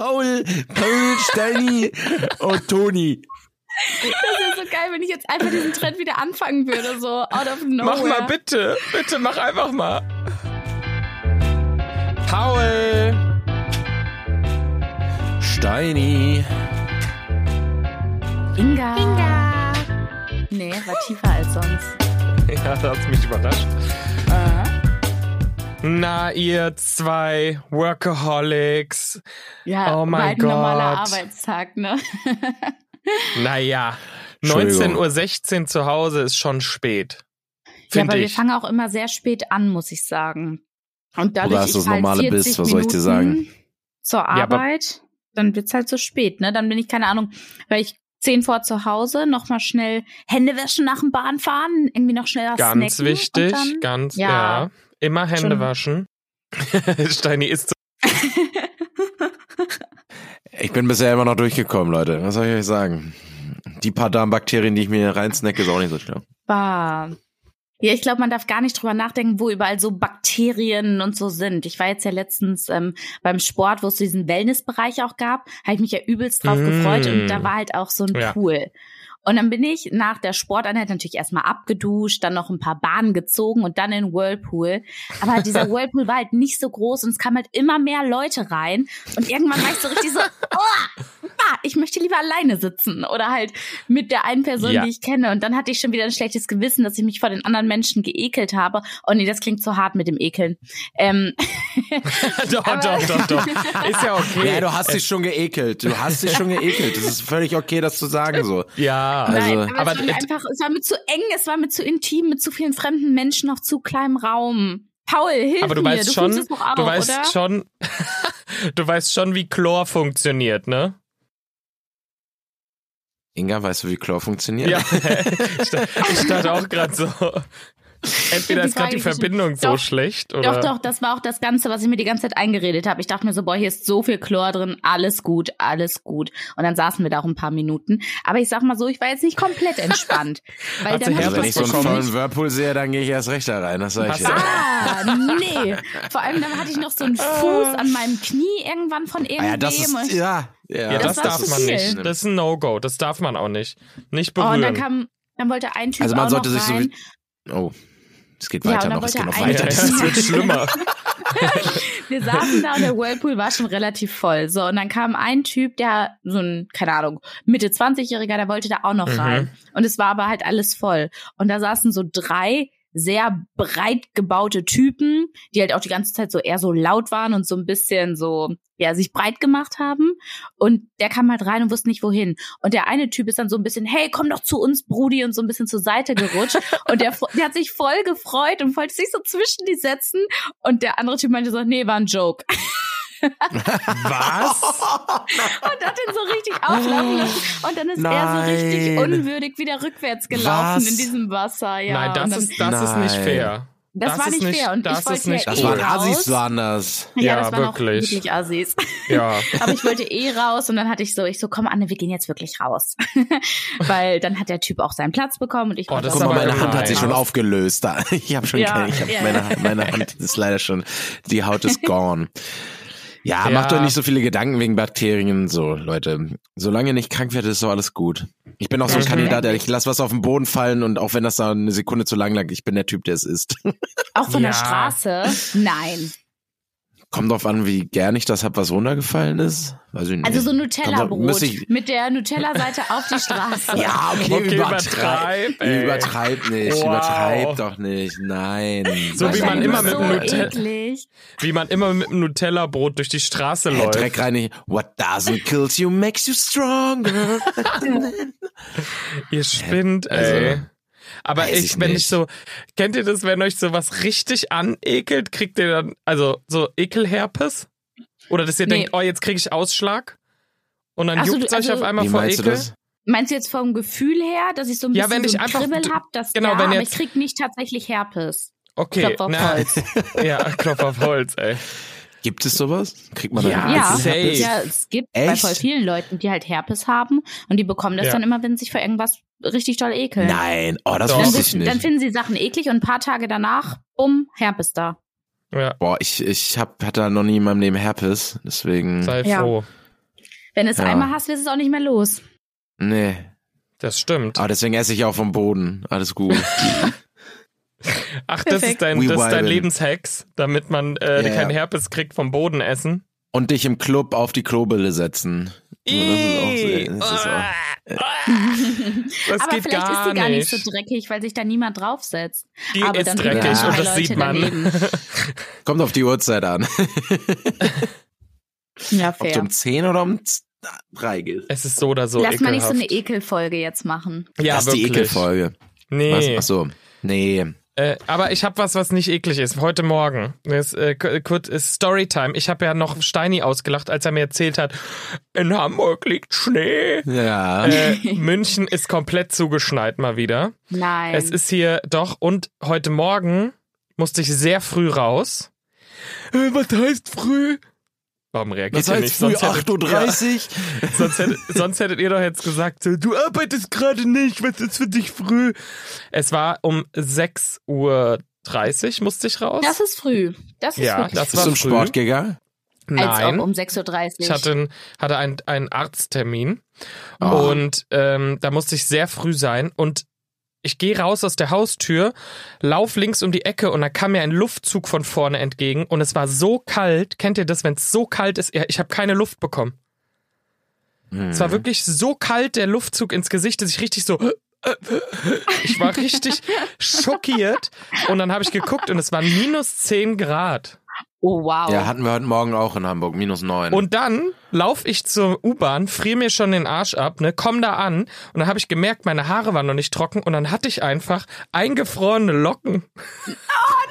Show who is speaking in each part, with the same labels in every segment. Speaker 1: Paul, Paul, Steini und Toni.
Speaker 2: Das wäre so geil, wenn ich jetzt einfach diesen Trend wieder anfangen würde, so out of nowhere.
Speaker 3: Mach mal bitte. Bitte mach einfach mal.
Speaker 1: Paul, Steini.
Speaker 2: Inga.
Speaker 4: Inga.
Speaker 2: Nee, war tiefer als sonst.
Speaker 3: Ja, das hat mich überrascht.
Speaker 2: Äh,
Speaker 3: Na, ihr zwei Workaholics.
Speaker 2: ja,
Speaker 3: Oh
Speaker 2: war
Speaker 3: mein
Speaker 2: halt ein normaler
Speaker 3: Gott.
Speaker 2: Arbeitstag, ne?
Speaker 3: Naja,
Speaker 1: Entschuldigung.
Speaker 3: 19.16 Uhr zu Hause ist schon spät.
Speaker 2: ja,
Speaker 3: Finde
Speaker 2: aber wir
Speaker 3: ich.
Speaker 2: fangen auch immer sehr spät an, muss ich sagen. Und dadurch,
Speaker 1: Oder hast du
Speaker 2: ich
Speaker 1: das
Speaker 2: halt
Speaker 1: normale
Speaker 2: 40
Speaker 1: Biss, was soll ich dir
Speaker 2: Minuten
Speaker 1: sagen?
Speaker 2: Zur
Speaker 3: aber-
Speaker 2: Arbeit, dann wird's halt so spät, ne? Dann bin ich, keine Ahnung, weil ich zehn vor zu Hause, nochmal schnell Hände waschen nach dem Bahnfahren, irgendwie noch schnell was
Speaker 3: Ganz
Speaker 2: snacken und
Speaker 3: wichtig,
Speaker 2: dann-
Speaker 3: ganz, ja.
Speaker 2: Ja.
Speaker 3: Immer Hände
Speaker 2: Schon.
Speaker 3: waschen. Steini ist so.
Speaker 1: Ich bin bisher immer noch durchgekommen, Leute. Was soll ich euch sagen? Die paar Darmbakterien, die ich mir hier reinsnacke, ist auch nicht so schlimm.
Speaker 2: Bah. Ja, ich glaube, man darf gar nicht drüber nachdenken, wo überall so Bakterien und so sind. Ich war jetzt ja letztens ähm, beim Sport, wo es diesen Wellnessbereich auch gab, habe ich mich ja übelst drauf
Speaker 3: Mm.
Speaker 2: gefreut und da war halt auch so ein
Speaker 3: Ja.
Speaker 2: Pool. Und dann bin ich nach der Sporteinheit natürlich erstmal abgeduscht, dann noch ein paar Bahnen gezogen und dann in den Whirlpool. Aber dieser Whirlpool war halt nicht so groß und es kamen halt immer mehr Leute rein. Und irgendwann war ich so richtig so, oh, ah, ich möchte lieber alleine sitzen oder halt mit der einen Person,
Speaker 3: Ja.
Speaker 2: die ich kenne. Und dann hatte ich schon wieder ein schlechtes Gewissen, dass ich mich vor den anderen Menschen geekelt habe. Oh nee, das klingt zu hart mit dem Ekeln. Ähm,
Speaker 3: doch, doch, doch, doch. Ist ja okay.
Speaker 1: Ja, du hast dich schon geekelt. Du hast dich schon geekelt. Es ist völlig okay, das zu sagen so.
Speaker 3: Ja,
Speaker 1: Also-
Speaker 2: nein, aber,
Speaker 3: aber
Speaker 2: es war mir
Speaker 3: d-
Speaker 2: einfach, es war mir zu eng, es war mir zu intim, mit zu vielen fremden Menschen auf zu kleinem Raum. Paul, hilf
Speaker 3: aber du
Speaker 2: mir,
Speaker 3: weißt
Speaker 2: du
Speaker 3: schon,
Speaker 2: fühlst es doch auch,
Speaker 3: du weißt
Speaker 2: oder?
Speaker 3: schon, du weißt schon, wie Chlor funktioniert, ne?
Speaker 1: Inga, weißt du, wie Chlor funktioniert?
Speaker 3: Ja, ich sta- ich starte auch gerade so. Entweder
Speaker 2: die
Speaker 3: ist gerade die
Speaker 2: Frage gestellt.
Speaker 3: Verbindung so
Speaker 2: Doch,
Speaker 3: schlecht
Speaker 2: Doch,
Speaker 3: oder.
Speaker 2: doch, das war auch das Ganze, was ich mir die ganze Zeit eingeredet habe. Ich dachte mir so, boah, hier ist so viel Chlor drin, alles gut, alles gut. Und dann saßen wir da auch ein paar Minuten. Aber ich sag mal so, ich war jetzt nicht komplett entspannt. weil
Speaker 3: Hat
Speaker 2: dann
Speaker 3: sie
Speaker 2: hab
Speaker 1: Also, wenn
Speaker 3: Herzhaft
Speaker 2: ich
Speaker 1: ich so
Speaker 2: das
Speaker 1: einen
Speaker 3: bekommen.
Speaker 1: vollen Whirlpool sehe, dann gehe ich erst recht da rein. Das sag ich
Speaker 3: Hast
Speaker 1: dir.
Speaker 3: du-
Speaker 2: Ah, nee. Vor allem dann hatte ich noch so einen Fuß an meinem Knie irgendwann von
Speaker 1: Ah
Speaker 2: irgendwem.
Speaker 1: ja, das ist, ja, ja,
Speaker 3: Ja,
Speaker 2: Das
Speaker 3: das,
Speaker 2: war
Speaker 3: darf
Speaker 2: zu
Speaker 3: man
Speaker 2: viel.
Speaker 3: nicht. Das ist ein No-Go. Das darf man auch nicht. Nicht
Speaker 2: oh, und dann
Speaker 3: berühren.
Speaker 2: kam, dann wollte ein Typ
Speaker 1: Also man
Speaker 2: auch
Speaker 1: sollte
Speaker 2: noch
Speaker 1: sich so
Speaker 2: rein.
Speaker 1: wie, oh, es geht
Speaker 2: Ja,
Speaker 1: weiter
Speaker 2: und dann
Speaker 1: noch, es geht
Speaker 2: wollte
Speaker 1: noch
Speaker 2: er
Speaker 3: ja, ja,
Speaker 1: weiter.
Speaker 2: eigentlich-
Speaker 3: es wird schlimmer.
Speaker 2: Wir saßen da und der Whirlpool war schon relativ voll. So, und dann kam ein Typ, der, so ein, keine Ahnung, Mitte 20-Jähriger, der wollte da auch noch
Speaker 3: Mhm.
Speaker 2: rein. Und es war aber halt alles voll. Und da saßen so drei sehr breit gebaute Typen, die halt auch die ganze Zeit so eher so laut waren und so ein bisschen so, ja, sich breit gemacht haben. Und der kam halt rein und wusste nicht wohin. Und der eine Typ ist dann so ein bisschen, hey, komm doch zu uns, Brudi, und so ein bisschen zur Seite gerutscht. und der, der hat sich voll gefreut und wollte sich so zwischen die setzen. Und der andere Typ meinte so, nee, war ein Joke.
Speaker 3: Was?
Speaker 2: Und hat ihn so richtig auflaufen lassen. Und dann ist er so richtig
Speaker 1: Oh, Nein.
Speaker 2: unwürdig wieder rückwärts gelaufen
Speaker 1: Was?
Speaker 2: in diesem Wasser. Ja.
Speaker 3: Nein, das,
Speaker 2: und dann,
Speaker 3: ist, das ist nicht
Speaker 1: Nein.
Speaker 3: fair.
Speaker 2: das,
Speaker 3: das
Speaker 2: war
Speaker 3: ist
Speaker 2: nicht
Speaker 3: nicht-
Speaker 2: fair. Und
Speaker 3: das
Speaker 2: ich wollte
Speaker 3: ist nicht-
Speaker 2: ja
Speaker 1: Das
Speaker 2: eh
Speaker 1: waren
Speaker 2: raus.
Speaker 1: Assis, so anders.
Speaker 2: Ja,
Speaker 3: Ja,
Speaker 2: das waren
Speaker 3: wirklich.
Speaker 2: auch wirklich Assis.
Speaker 3: Ja.
Speaker 2: Aber ich wollte eh raus und dann hatte ich so, ich so, komm Anne, wir gehen jetzt wirklich raus. Weil dann hat der Typ auch seinen Platz bekommen und ich
Speaker 3: Oh,
Speaker 2: konnte
Speaker 3: das
Speaker 2: auch
Speaker 1: Guck mal,
Speaker 3: aber
Speaker 1: meine Hand
Speaker 3: gemein.
Speaker 1: hat sich schon
Speaker 2: raus.
Speaker 1: aufgelöst. Da. Ich habe schon
Speaker 2: Ja,
Speaker 1: keine, ich hab,
Speaker 2: ja.
Speaker 1: meine, meine Hand ist leider schon, die Haut ist gone. Ja,
Speaker 3: Ja.
Speaker 1: macht euch nicht so viele Gedanken wegen Bakterien, so Leute. Solange ihr nicht krank werdet, ist doch alles gut. Ich bin auch so ein
Speaker 3: Mhm.
Speaker 1: Kandidat, der ich lasse was auf den Boden fallen und auch wenn das da eine Sekunde zu lang lag, ich bin der Typ, der es isst.
Speaker 2: Auch von
Speaker 3: Ja.
Speaker 2: der Straße? Nein.
Speaker 1: Kommt drauf an, wie gern ich das hab, was runtergefallen ist. Weiß ich nicht.
Speaker 2: Also so ein
Speaker 1: Kommt drauf-
Speaker 2: Nutella-Brot
Speaker 1: müsste ich-
Speaker 2: mit der Nutella-Seite auf die Straße.
Speaker 1: Ja, okay,
Speaker 3: Okay,
Speaker 1: übertreib.
Speaker 3: übertreib, ey.
Speaker 1: Übertreib nicht,
Speaker 3: Wow.
Speaker 1: übertreib doch nicht. Nein.
Speaker 3: So wie man
Speaker 2: Wahrscheinlich
Speaker 3: immer
Speaker 2: so
Speaker 3: mit einem Nutella-
Speaker 2: eklig.
Speaker 3: Wie man immer mit einem Nutella-Brot durch die Straße
Speaker 1: Äh,
Speaker 3: läuft.
Speaker 1: Dreck rein. What doesn't kills you makes you stronger.
Speaker 3: Ihr spinnt,
Speaker 1: also,
Speaker 3: ey. Aber
Speaker 1: weiß
Speaker 3: ich,
Speaker 1: ich
Speaker 3: wenn
Speaker 1: nicht.
Speaker 3: ich so, kennt ihr das, wenn euch sowas richtig anekelt, kriegt ihr dann, also so Ekelherpes? Oder dass ihr
Speaker 2: Nee.
Speaker 3: denkt, oh, jetzt krieg ich Ausschlag? Und dann
Speaker 2: Ach so,
Speaker 3: juckt's
Speaker 2: du-
Speaker 3: euch
Speaker 2: also-
Speaker 3: auf einmal vor Ekel?
Speaker 2: Meinst du jetzt vom Gefühl her, dass ich so ein
Speaker 3: Ja,
Speaker 2: bisschen
Speaker 3: wenn
Speaker 2: so
Speaker 3: ich
Speaker 2: ein
Speaker 3: einfach-
Speaker 2: Kribbel hab, das
Speaker 3: Genau,
Speaker 2: ja,
Speaker 3: wenn
Speaker 2: aber
Speaker 3: jetzt-
Speaker 2: ich krieg nicht tatsächlich Herpes.
Speaker 3: Okay,
Speaker 2: Klopf auf
Speaker 3: na,
Speaker 2: Holz.
Speaker 3: ja, Klopf auf Holz, ey.
Speaker 1: Gibt es sowas? Kriegt man
Speaker 3: Ja,
Speaker 1: da
Speaker 2: Ja,
Speaker 3: safe.
Speaker 1: Herpes?
Speaker 2: ja, es gibt bei
Speaker 1: Echt?
Speaker 2: voll vielen Leuten, die halt Herpes haben und die bekommen das
Speaker 3: Ja.
Speaker 2: dann immer, wenn sie sich für irgendwas richtig toll ekeln.
Speaker 1: Nein, oh, das
Speaker 3: Doch.
Speaker 2: Dann,
Speaker 1: wusste
Speaker 2: wissen-
Speaker 1: ich
Speaker 2: dann
Speaker 1: nicht.
Speaker 2: finden sie Sachen eklig und ein paar Tage danach, bumm, Herpes da.
Speaker 3: Ja,
Speaker 1: Boah, ich, ich hab, hatte noch nie in meinem Leben Herpes, deswegen.
Speaker 3: sei
Speaker 2: Ja.
Speaker 3: froh.
Speaker 2: Wenn du es
Speaker 1: Ja.
Speaker 2: einmal hast, wirst du es auch nicht mehr los.
Speaker 1: Nee.
Speaker 3: Das stimmt.
Speaker 1: Aber deswegen esse ich auch vom Boden. Alles gut.
Speaker 3: Ach, das ist
Speaker 2: Perfekt.
Speaker 3: dein,
Speaker 1: We
Speaker 3: das ist dein
Speaker 1: vibin'.
Speaker 3: Lebenshex, damit man äh,
Speaker 1: Ja.
Speaker 3: keinen Herpes kriegt vom Boden essen.
Speaker 1: Und dich im Club auf die Klobille setzen. Ja,
Speaker 3: Ih,
Speaker 1: Das ist auch, das ist auch.
Speaker 3: Das
Speaker 2: Aber
Speaker 3: geht
Speaker 2: vielleicht
Speaker 3: gar
Speaker 2: ist die gar nicht.
Speaker 3: nicht.
Speaker 2: so dreckig, weil sich da niemand draufsetzt.
Speaker 3: Die
Speaker 2: Aber
Speaker 3: ist
Speaker 2: dann
Speaker 3: dreckig
Speaker 1: liegen da
Speaker 2: drei
Speaker 3: und das
Speaker 2: Leute
Speaker 3: sieht man.
Speaker 2: daneben.
Speaker 1: Kommt auf die Uhrzeit an.
Speaker 2: Ja,
Speaker 1: Ob du
Speaker 2: fair.
Speaker 1: um 10 oder um 3 gehst.
Speaker 3: Es ist so oder so
Speaker 2: Lass mal nicht so
Speaker 3: ekelhaft.
Speaker 2: eine Ekelfolge jetzt machen.
Speaker 3: ja,
Speaker 1: das ist
Speaker 3: wirklich.
Speaker 1: die Ekelfolge. Was?
Speaker 3: Nee.
Speaker 1: Ach so. Nee.
Speaker 3: Äh, aber ich habe was, was nicht eklig ist. Heute Morgen. Das, äh, k- kurz ist Storytime. Ich habe ja noch Steini ausgelacht, als er mir erzählt hat, in Hamburg liegt Schnee.
Speaker 1: Ja.
Speaker 3: Äh, München ist komplett zugeschneit mal wieder.
Speaker 2: Nein.
Speaker 3: Es ist hier doch und heute Morgen musste ich sehr früh raus. Äh, was heißt früh? Warum
Speaker 1: das
Speaker 3: reagiert ihr
Speaker 1: heißt
Speaker 3: nicht?
Speaker 1: früh
Speaker 3: hättet-
Speaker 1: 8.30
Speaker 3: Ja, sonst, hättet, sonst hättet ihr doch jetzt gesagt, so, du arbeitest gerade nicht, was ist für dich früh? Es war um 6.30 Uhr musste ich raus.
Speaker 2: das ist früh. Das ist
Speaker 3: Ja,
Speaker 2: wirklich früh.
Speaker 3: das
Speaker 1: Bist du
Speaker 3: war
Speaker 1: zum
Speaker 3: früh.
Speaker 1: Sport gegangen?
Speaker 2: Als
Speaker 3: Nein.
Speaker 2: ob um 6.30 Uhr.
Speaker 3: Ich hatte, einen- hatte einen, einen Arzttermin
Speaker 1: Oh.
Speaker 3: und ähm, da musste ich sehr früh sein und ich gehe raus aus der Haustür, lauf links um die Ecke und da kam mir ein Luftzug von vorne entgegen und es war so kalt. Kennt ihr das, wenn es so kalt ist? Ja, Ich habe keine Luft bekommen.
Speaker 1: Ah,
Speaker 3: Es
Speaker 1: hm. Mhm.
Speaker 3: war wirklich so kalt, der Luftzug ins Gesicht, dass ich richtig so. Ich war richtig schockiert und dann habe ich geguckt und es waren minus 10 Grad.
Speaker 2: oh, wow.
Speaker 1: Ja, hatten wir heute Morgen auch in Hamburg, minus 9.
Speaker 3: Und dann lauf ich zur U-Bahn, friere mir schon den Arsch ab, ne, komm da an und dann habe ich gemerkt, meine Haare waren noch nicht trocken und dann hatte ich einfach eingefrorene Locken. Oh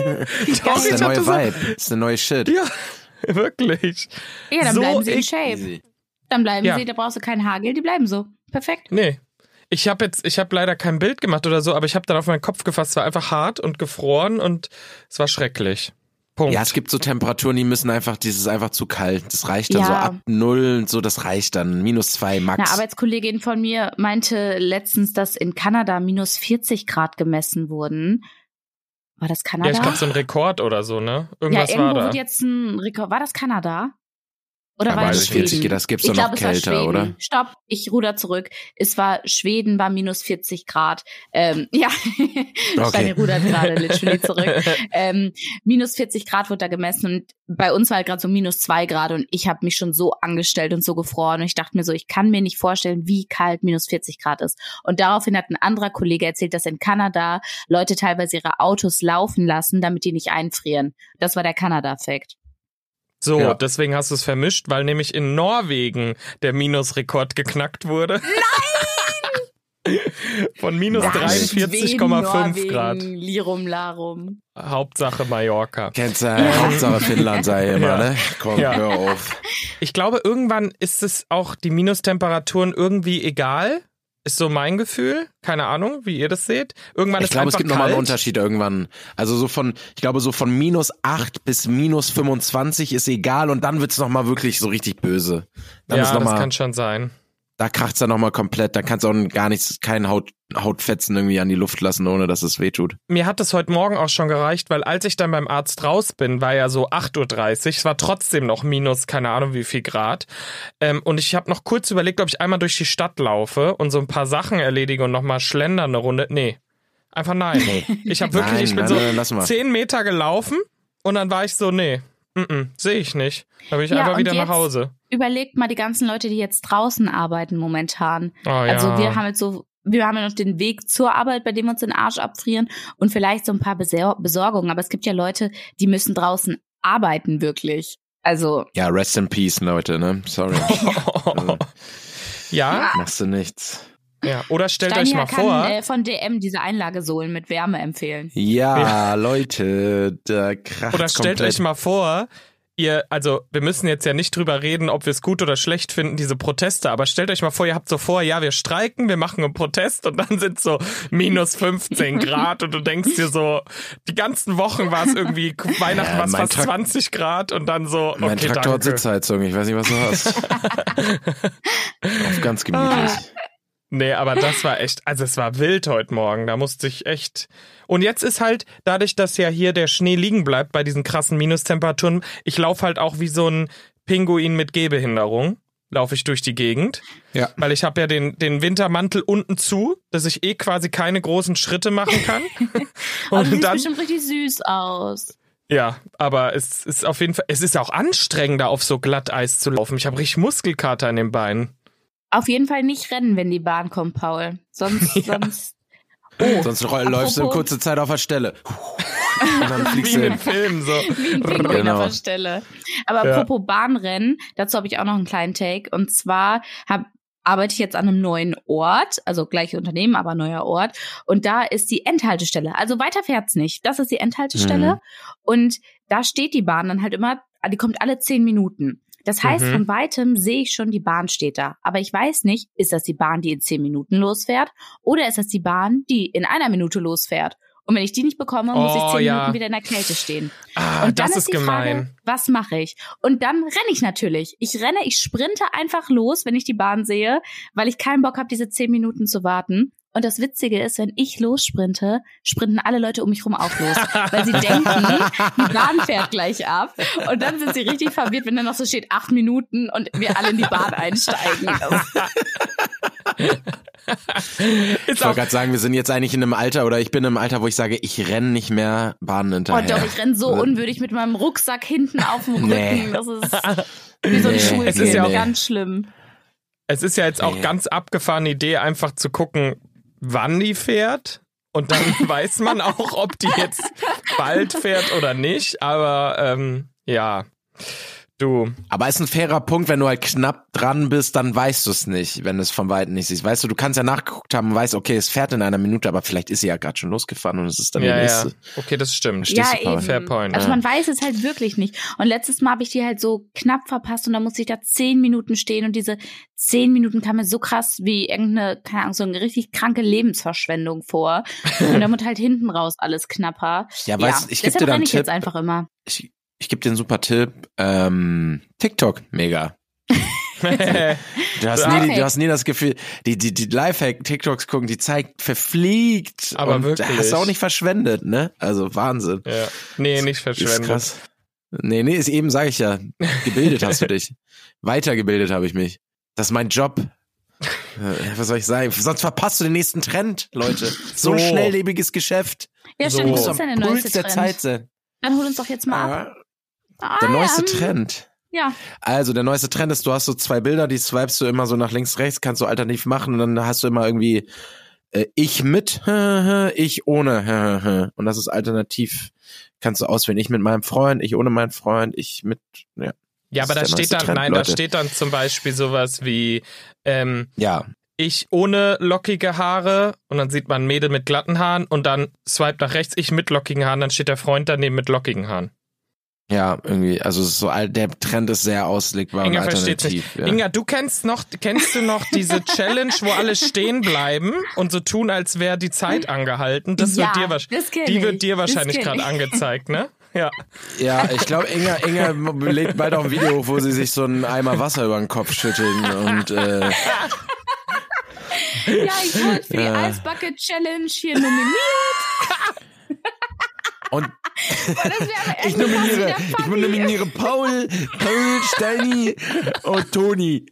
Speaker 3: nein! Doch,
Speaker 1: das ist
Speaker 3: ich
Speaker 1: der neue
Speaker 3: hatte so,
Speaker 1: Vibe. Das ist der neue Shit.
Speaker 3: ja, wirklich.
Speaker 2: ja, dann
Speaker 3: so
Speaker 2: bleiben sie in
Speaker 3: ich-
Speaker 2: Shape.
Speaker 1: Easy.
Speaker 2: Dann bleiben
Speaker 3: Ja.
Speaker 2: sie, da brauchst du kein Hagel, die bleiben so. Perfekt.
Speaker 3: Nee. Ich habe jetzt, ich habe leider kein Bild gemacht oder so, aber ich habe dann auf meinen Kopf gefasst, es war einfach hart und gefroren und es war schrecklich. Punkt.
Speaker 1: Ja, es gibt so Temperaturen, die müssen einfach, das ist einfach zu kalt. Das reicht dann
Speaker 2: Ja.
Speaker 1: so ab null, so das reicht dann. Minus zwei
Speaker 2: Eine
Speaker 1: Max.
Speaker 2: Arbeitskollegin von mir meinte letztens, dass in Kanada minus 40 Grad gemessen wurden. War das Kanada?
Speaker 3: ja, ich glaube so ein Rekord oder so, ne?
Speaker 2: Ja,
Speaker 3: Irgendwas
Speaker 2: irgendwo
Speaker 3: war da.
Speaker 2: wird jetzt ein Rekord. War das Kanada? Oder
Speaker 1: Ja,
Speaker 2: war
Speaker 3: weiß
Speaker 2: das
Speaker 3: ich nicht.
Speaker 2: Schweden?
Speaker 1: 40 geht, das gibt's
Speaker 2: ich
Speaker 1: doch noch
Speaker 2: glaube, es war
Speaker 1: kälter,
Speaker 2: Schweden.
Speaker 1: oder?
Speaker 2: Stopp, ich ruder zurück. Es war Schweden bei minus 40 Grad. Ähm, ja, Steini rudert gerade literally zurück. Ähm, minus 40 Grad wurde da gemessen und bei uns war halt gerade so minus 2 Grad und ich habe mich schon so angestellt und so gefroren und ich dachte mir so, ich kann mir nicht vorstellen, wie kalt minus 40 Grad ist. Und daraufhin hat ein anderer Kollege erzählt, dass in Kanada Leute teilweise ihre Autos laufen lassen, damit die nicht einfrieren. Das war der Kanada-Fact.
Speaker 3: So,
Speaker 1: Ja.
Speaker 3: deswegen hast du es vermischt, weil nämlich in Norwegen der Minusrekord geknackt wurde. Nein! Von minus
Speaker 1: Nein.
Speaker 3: 43,5 Grad.
Speaker 2: Lirum Larum.
Speaker 3: Hauptsache Mallorca.
Speaker 1: Kennst du, Hauptsache Finnland sei immer,
Speaker 3: Ja.
Speaker 1: ne? Komm,
Speaker 3: Ja.
Speaker 1: hör auf.
Speaker 3: Ich glaube, irgendwann ist es auch die Minustemperaturen irgendwie egal. Ist so mein Gefühl. Keine Ahnung, wie ihr das seht. Irgendwann
Speaker 1: Ich
Speaker 3: ist
Speaker 1: glaube, es
Speaker 3: einfach
Speaker 1: gibt
Speaker 3: kalt.
Speaker 1: nochmal einen Unterschied irgendwann. Also so von, ich glaube, so von minus 8 bis minus 25 ist egal und dann wird's noch nochmal wirklich so richtig böse. Dann ist
Speaker 3: ja, das
Speaker 1: nochmal,
Speaker 3: kann schon sein.
Speaker 1: da kracht's dann nochmal komplett, da kannst du auch gar nichts, keinen Haut, Hautfetzen irgendwie an die Luft lassen, ohne dass es wehtut.
Speaker 3: mir hat es heute Morgen auch schon gereicht, weil als ich dann beim Arzt raus bin, war ja so 8.30 Uhr, es war trotzdem noch minus, keine Ahnung wie viel Grad. Ähm, und ich habe noch kurz überlegt, ob ich einmal durch die Stadt laufe und so ein paar Sachen erledige und nochmal schlendern eine Runde. Nee, einfach nein. Ich habe wirklich,
Speaker 1: nein,
Speaker 3: ich bin
Speaker 1: nein,
Speaker 3: so
Speaker 1: nein, lass mal.
Speaker 3: 10 Meter gelaufen und dann war ich so, nee, mm-mm, sehe ich nicht. Da bin ich
Speaker 2: Ja,
Speaker 3: einfach
Speaker 2: und
Speaker 3: wieder nach
Speaker 2: jetzt?
Speaker 3: Hause.
Speaker 2: Überlegt mal die ganzen Leute, die jetzt draußen arbeiten momentan.
Speaker 3: Oh, ja.
Speaker 2: Also wir haben jetzt so, wir haben ja noch den Weg zur Arbeit, bei dem wir uns den Arsch abfrieren und vielleicht so ein paar Besor- Besorgungen. Aber es gibt ja Leute, die müssen draußen arbeiten, wirklich. Also,
Speaker 1: Ja, rest in peace, Leute, ne? Sorry. Also,
Speaker 3: ja,
Speaker 1: machst du nichts.
Speaker 3: ja. Oder stellt euch
Speaker 2: Steinier
Speaker 3: mal
Speaker 2: kann
Speaker 3: vor.
Speaker 2: äh, von DM diese Einlagesohlen mit Wärme empfehlen.
Speaker 1: Ja,
Speaker 3: Ja.
Speaker 1: Leute, da kracht
Speaker 3: Oder stellt
Speaker 1: komplett.
Speaker 3: euch mal vor, ihr, also wir müssen jetzt ja nicht drüber reden, ob wir es gut oder schlecht finden, diese Proteste, aber stellt euch mal vor, ihr habt so vor, ja, wir streiken, wir machen einen Protest und dann sind so minus 15 Grad und du denkst dir so, die ganzen Wochen war es irgendwie, Weihnachten
Speaker 1: Ja,
Speaker 3: war es
Speaker 1: mein
Speaker 3: fast
Speaker 1: Trakt-
Speaker 3: 20 Grad und dann so, okay,
Speaker 1: mein Traktor hat
Speaker 3: danke.
Speaker 1: Sitzheizung, ich weiß nicht, was du hast. Auf ganz gemütlich.
Speaker 3: Nee, aber das war echt, also es war wild heute Morgen, da musste ich echt. Und jetzt ist halt, dadurch, dass ja hier der Schnee liegen bleibt bei diesen krassen Minustemperaturen, ich laufe halt auch wie so ein Pinguin mit Gehbehinderung. laufe ich durch die Gegend,
Speaker 1: Ja.
Speaker 3: weil ich habe ja den, den Wintermantel unten zu, dass ich eh quasi keine großen Schritte machen kann.
Speaker 2: Aber du siehst bestimmt richtig süß aus.
Speaker 3: Ja, aber es ist auf jeden Fall, es ist auch anstrengender, auf so Glatteis zu laufen. Ich habe richtig Muskelkater in den Beinen.
Speaker 2: Auf jeden Fall nicht rennen, wenn die Bahn kommt, Paul. Sonst, sonst. Oh,
Speaker 1: Sonst roll- läufst du
Speaker 2: Apropos-
Speaker 1: kurze Zeit auf der Stelle. Und dann
Speaker 3: Wie
Speaker 1: fliegst
Speaker 3: in
Speaker 1: du
Speaker 3: dem
Speaker 1: hin.
Speaker 3: Film so.
Speaker 2: wie ein Pinguin
Speaker 1: Genau.
Speaker 2: auf der Stelle. Aber
Speaker 3: Ja.
Speaker 2: apropos Bahnrennen, dazu habe ich auch noch einen kleinen Take. Und zwar hab, arbeite ich jetzt an einem neuen Ort, also gleiche Unternehmen, aber neuer Ort. Und da ist die Endhaltestelle. Also weiter fährt's nicht. Das ist die Endhaltestelle.
Speaker 1: Mhm.
Speaker 2: Und da steht die Bahn dann halt immer, die kommt alle zehn Minuten. Das heißt,
Speaker 3: Mhm.
Speaker 2: von weitem sehe ich schon, die Bahn steht da. Aber ich weiß nicht, ist das die Bahn, die in zehn Minuten losfährt? Oder ist das die Bahn, die in einer Minute losfährt? Und wenn ich die nicht bekomme, muss ich
Speaker 3: Oh,
Speaker 2: zehn
Speaker 3: ja.
Speaker 2: Minuten wieder in der Kälte stehen.
Speaker 3: Ah,
Speaker 2: Und dann ist,
Speaker 3: das ist
Speaker 2: die
Speaker 3: gemein.
Speaker 2: Frage, was mache ich? Und dann renne ich natürlich. Ich renne, ich sprinte einfach los, wenn ich die Bahn sehe, weil ich keinen Bock habe, diese zehn Minuten zu warten. Und das Witzige ist, wenn ich lossprinte, sprinten alle Leute um mich rum auch los, weil sie denken, die Bahn fährt gleich ab. Und dann sind sie richtig verwirrt, wenn dann noch so steht acht Minuten und wir alle in die Bahn einsteigen.
Speaker 1: Ich
Speaker 3: Ist auch,
Speaker 1: wollte gerade sagen, wir sind jetzt eigentlich in einem Alter oder ich bin in einem Alter, wo ich sage, ich renne nicht mehr Bahnen
Speaker 2: Oh
Speaker 1: hinterher.
Speaker 2: doch, ich renne so unwürdig mit meinem Rucksack hinten auf dem Rücken.
Speaker 1: Nee.
Speaker 2: Das ist wie so ein
Speaker 1: Nee,
Speaker 2: Schulkind.
Speaker 3: es ist ja auch-
Speaker 2: ganz schlimm.
Speaker 3: es ist ja jetzt auch
Speaker 1: Nee.
Speaker 3: ganz abgefahrene Idee, einfach zu gucken, wann die fährt. Und dann weiß man auch, ob die jetzt bald fährt oder nicht. Aber ähm, ja, du.
Speaker 1: Aber ist ein fairer Punkt, wenn du halt knapp dran bist, dann weißt du es nicht, wenn du es von Weitem nicht siehst. Weißt du, du kannst ja nachgeguckt haben und weißt, okay, es fährt in einer Minute, aber vielleicht ist sie ja gerade schon losgefahren und es ist dann die
Speaker 3: Ja, ja.
Speaker 1: nächste.
Speaker 3: Okay, das stimmt.
Speaker 1: Verstehst
Speaker 2: ja,
Speaker 1: du, Paul?
Speaker 2: eben.
Speaker 3: Fair point,
Speaker 2: Also
Speaker 1: ja.
Speaker 2: man weiß es halt wirklich nicht. Und letztes Mal habe ich die halt so knapp verpasst und da musste ich da zehn Minuten stehen und diese zehn Minuten kam mir so krass wie irgendeine, keine Ahnung, so eine richtig kranke Lebensverschwendung vor. Und da wird halt hinten raus alles knapper.
Speaker 1: Ja, weißt,
Speaker 2: ja,
Speaker 1: du, ich gebe dir
Speaker 2: deshalb
Speaker 1: dann
Speaker 2: renne
Speaker 1: einen
Speaker 2: ich jetzt
Speaker 1: Tipp.
Speaker 2: einfach immer.
Speaker 1: Ich, ich gebe dir einen super Tipp. Ähm, TikTok, mega. Du hast, nie,
Speaker 2: Lifehack.
Speaker 1: du hast nie das Gefühl, die, die, die Lifehack-TikToks gucken, die zeigt verfliegt.
Speaker 3: Aber
Speaker 1: und
Speaker 3: wirklich.
Speaker 1: Hast du auch nicht verschwendet, ne? Also Wahnsinn.
Speaker 3: ja. Nee, nicht
Speaker 1: Ist
Speaker 3: verschwendet.
Speaker 1: krass. Nee, nee, ist eben, sage ich ja. Gebildet hast du dich. Weitergebildet habe ich mich. Das ist mein Job. Äh, Was soll ich sagen? Sonst verpasst du den nächsten Trend, Leute. So,
Speaker 3: So.
Speaker 1: ein schnelllebiges Geschäft.
Speaker 2: Ja,
Speaker 3: So.
Speaker 2: stimmt,
Speaker 1: Du
Speaker 2: was
Speaker 1: musst
Speaker 2: ist
Speaker 1: am
Speaker 2: denn der neueste
Speaker 1: Puls der
Speaker 2: Trend?
Speaker 1: Zeit sein.
Speaker 2: Dann hol uns doch jetzt mal ab.
Speaker 1: Ah,
Speaker 2: Ah,
Speaker 1: Der neueste
Speaker 2: ja, hm,
Speaker 1: Trend.
Speaker 2: Ja,
Speaker 1: Also der neueste Trend ist, du hast so zwei Bilder, die swipest du immer so nach links, rechts, kannst du alternativ machen und dann hast du immer irgendwie äh, ich mit, ich ohne und das ist alternativ, kannst du auswählen, ich mit meinem Freund, ich ohne meinen Freund, ich mit, ja.
Speaker 3: Ja, aber da
Speaker 1: Das ist der
Speaker 3: steht dann,
Speaker 1: neueste Trend,
Speaker 3: nein,
Speaker 1: Leute.
Speaker 3: da steht dann zum Beispiel sowas wie, ähm,
Speaker 1: Ja,
Speaker 3: ich ohne lockige Haare und dann sieht man ein Mädel mit glatten Haaren und dann swipe nach rechts, ich mit lockigen Haaren, dann steht der Freund daneben mit lockigen Haaren.
Speaker 1: ja, irgendwie, also es ist so, al- der Trend ist sehr auslegbar
Speaker 3: Inga
Speaker 1: und
Speaker 3: versteht nicht.
Speaker 1: alternativ. Ja.
Speaker 3: Inga, du kennst noch, kennst du noch diese Challenge, wo alle stehen bleiben und so tun, als wäre die Zeit angehalten? Das
Speaker 2: ja,
Speaker 3: wird dir wahrscheinlich,
Speaker 2: das kenn
Speaker 3: die
Speaker 2: ich,
Speaker 3: wird dir
Speaker 2: das
Speaker 3: wahrscheinlich
Speaker 2: kenn
Speaker 3: gerade
Speaker 2: ich.
Speaker 3: angezeigt, ne? Ja.
Speaker 1: ja, ich glaube, Inga, Inga lädt bald auch ein Video hoch, wo sie sich so einen Eimer Wasser über den Kopf schütteln und äh,
Speaker 2: Ja, ich wurde für
Speaker 1: Ja.
Speaker 2: die Ice Bucket Challenge hier nominiert.
Speaker 1: und
Speaker 2: Das wäre
Speaker 1: Ich
Speaker 2: irgendwie fast
Speaker 1: nominiere,
Speaker 2: wieder
Speaker 1: ich
Speaker 2: funny.
Speaker 1: nominiere Paul, Paul, Steini und Toni.